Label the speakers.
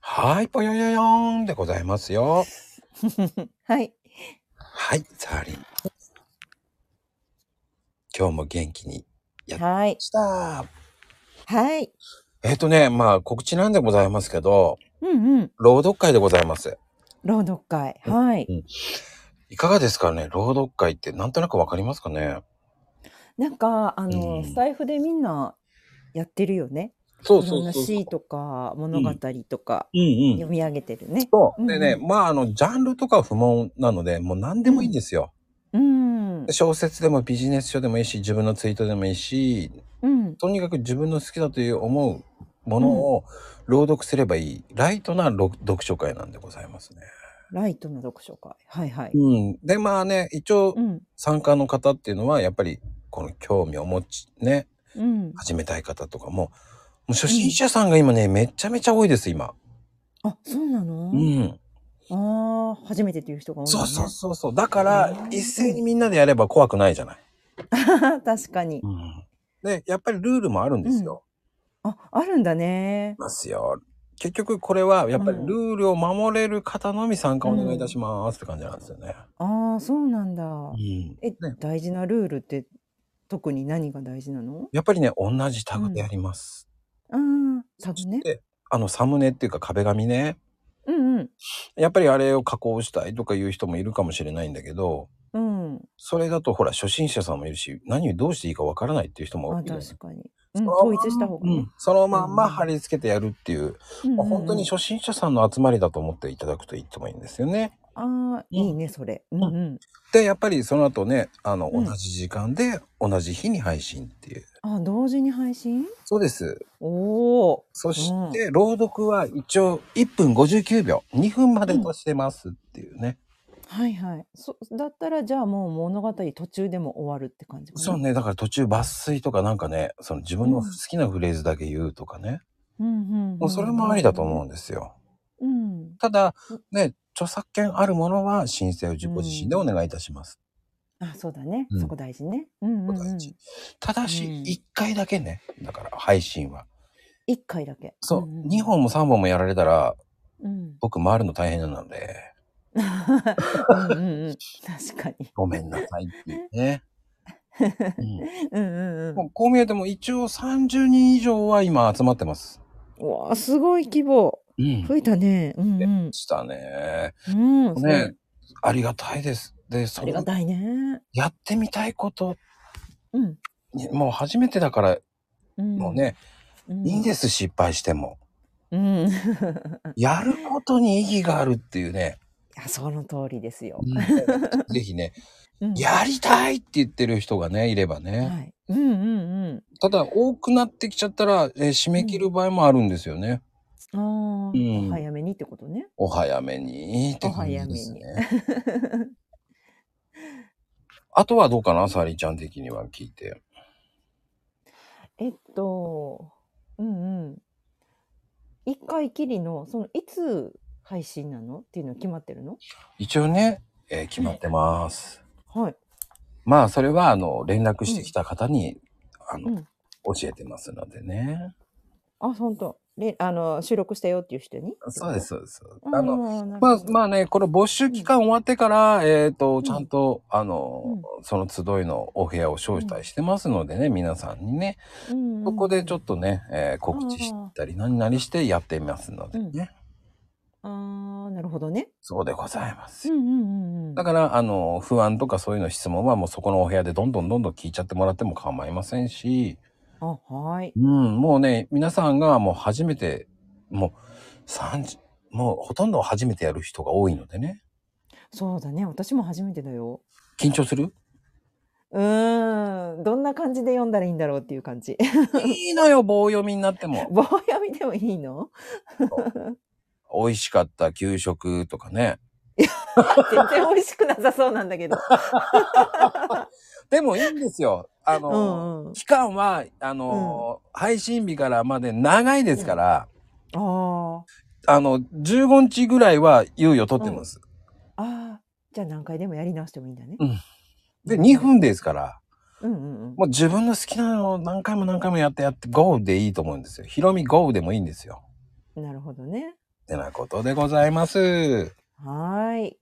Speaker 1: はい、ぽよよよーんでございますよ。
Speaker 2: はい。
Speaker 1: はい、サーリン。今日も元気にやってました。
Speaker 2: はい。
Speaker 1: えっ、ー、とね、まあ告知なんでございますけど、
Speaker 2: うんうん。
Speaker 1: 朗読会でございます。
Speaker 2: 朗読会。はい。
Speaker 1: うん、いかがですかね朗読会ってなんとなくわかりますかね
Speaker 2: なんか、あの、うん、スタイフでみんなやってるよね。
Speaker 1: そうそうそう
Speaker 2: そう。詩とか物語とか、
Speaker 1: うんうんうん、
Speaker 2: 読み上げてるね。
Speaker 1: そう。でね、うんうん、まああの、ジャンルとか不問なので、もう何でもいいんですよ。
Speaker 2: うん、
Speaker 1: 小説でもビジネス書でもいいし、自分のツイートでもいいし、
Speaker 2: うん、
Speaker 1: とにかく自分の好きだという思うものを朗読すればいい、うん、ライトな読書会なんでございますね。
Speaker 2: ライトな読書会。はいはい。
Speaker 1: うん、で、まあね、一応、参加の方っていうのは、やっぱり、この興味を持ち、ね、
Speaker 2: うん、
Speaker 1: 始めたい方とかも、もう初心者さんが今ね、うん、めちゃめちゃ多いです、今。
Speaker 2: あ、そうなの
Speaker 1: うん。
Speaker 2: ああ、初めてっていう人が多い、ね、
Speaker 1: そうそうそうそう。だから、一斉にみんなでやれば怖くないじゃない。
Speaker 2: 確かに、
Speaker 1: うん。で、やっぱりルールもあるんですよ。
Speaker 2: うん、あ、あるんだね。
Speaker 1: ますよ。結局これはやっぱりルールを守れる方のみ参加お願いいたしますって感じなんですよね。
Speaker 2: うん、ああそうなんだ。え、
Speaker 1: ね、
Speaker 2: 大事なルールって特に何が大事なの
Speaker 1: やっぱりね同じタグでやります。
Speaker 2: ああ、サムネ。
Speaker 1: あのサムネっていうか壁紙
Speaker 2: ね。うんうん。
Speaker 1: やっぱりあれを加工したいとかいう人もいるかもしれないんだけど、
Speaker 2: うん。
Speaker 1: それだとほら初心者さんもいるし、何をどうしていいかわからないっていう人も多い、
Speaker 2: ね。確かに。うん、統一した方が、ね、うん、
Speaker 1: そのまんま貼り付けてやるっていう、うん、まあ、本当に初心者さんの集まりだと思っていただくといってもいいんですよね。
Speaker 2: ああ、うん、いいねそれ。うん、うん、
Speaker 1: でやっぱりその後ねあの、同じ時間で同じ日に配信っていう。
Speaker 2: あ同時に配信
Speaker 1: そうです。
Speaker 2: おお。
Speaker 1: そして、朗読は一応1分59秒2分までとしてますっていうね。
Speaker 2: はいはい。そだったらじゃあもう物語途中でも終わるって感じかな。
Speaker 1: そうね。だから途中抜粋とかなんかね、その自分の好きなフレーズだけ言うとかね。
Speaker 2: うん、うんうんうん、
Speaker 1: もうそれもありだと思うんですよ。
Speaker 2: うん。
Speaker 1: ただ、ね、著作権あるものは申請を自己自身でお願いいたします。
Speaker 2: うん、あ、そうだね。そこ大事ね。うん、うん、うん、
Speaker 1: ただし、1回だけね。だから配信は。
Speaker 2: 1回だけ。
Speaker 1: そう。うんうん、2本も3本もやられたら、
Speaker 2: うん、
Speaker 1: 僕回るの大変なので。
Speaker 2: うんうんうん、 確かに。
Speaker 1: ごめんなさいっていう ね。
Speaker 2: うん、うんうん、
Speaker 1: こう見えても一応30人以上は今集まってます。
Speaker 2: うわすごい規模、
Speaker 1: うん。
Speaker 2: 増えたね。うんうん、
Speaker 1: したね。
Speaker 2: うん、
Speaker 1: ねありがたいです。で
Speaker 2: ありがたいね。
Speaker 1: やってみたいこと、
Speaker 2: うん、
Speaker 1: もう初めてだから、うん、もうね、うん、いいんです失敗しても。
Speaker 2: うん、
Speaker 1: やることに意義があるっていうね。
Speaker 2: やその通りですよ。
Speaker 1: うん、ぜひねうん、やりたいって言ってる人がねいればね、
Speaker 2: はいうんうんうん、
Speaker 1: ただ多くなってきちゃったら、えー、締め切る場合もあるんですよね。
Speaker 2: うん、あうん、お早めにってことね。
Speaker 1: お早めにって感じですね。 あとはどうかなさりちゃん的には聞いて。
Speaker 2: えっとうんうん。一回きりのそのいつ配信なのっていうの決まってるの
Speaker 1: 一応ね、えー、決まってます。
Speaker 2: はい。
Speaker 1: まあ、それは、あの、連絡してきた方に、うん、あの、うん、教えてますのでね。
Speaker 2: あ、本当で、あの、収録したよっていう人に
Speaker 1: そうです、そうです。あの、まあ、まあね、この募集期間終わってから、うん、えっ、ー、と、ちゃんと、あの、その集いのお部屋を招待してますのでね、皆さんにね、
Speaker 2: うんうん、
Speaker 1: そこでちょっとね、えー、告知したり、何々してやってますのでね。
Speaker 2: あなるほどね。
Speaker 1: そうでございます。
Speaker 2: うんうんうん、
Speaker 1: だからあの不安とかそういうの質問はもうそこのお部屋でどんどんどんどん聞いちゃってもらっても構いませんし。
Speaker 2: あはい。
Speaker 1: うんもうね皆さんがもう初めてもう30もうほとんど初めてやる人が多いのでね。
Speaker 2: そうだね私も初めてだよ。
Speaker 1: 緊張す る
Speaker 2: うんどんな感じで読んだらいいんだろうっていう感じ。
Speaker 1: いいのよ棒読みになっても。
Speaker 2: 棒読みでもいいの
Speaker 1: 美味しかった給食とかね。
Speaker 2: 全然美味しくなさそうなんだ けど。
Speaker 1: でもいいんですよ。あの、うんうん、期間は、あの、うん、配信日からまで長いですから、
Speaker 2: うん、あ
Speaker 1: あの、15日ぐらいは猶予取ってます。
Speaker 2: うん、ああ、じゃあ何回でもやり直してもいいんだね。
Speaker 1: うん、で、2分ですから、
Speaker 2: うんうんうん、
Speaker 1: もう自分の好きなのを何回も何回もやってやって、ゴーでいいと思うんですよ。ヒロミゴーでもいいんですよ。
Speaker 2: なるほどね。
Speaker 1: てなことでございます。
Speaker 2: はい。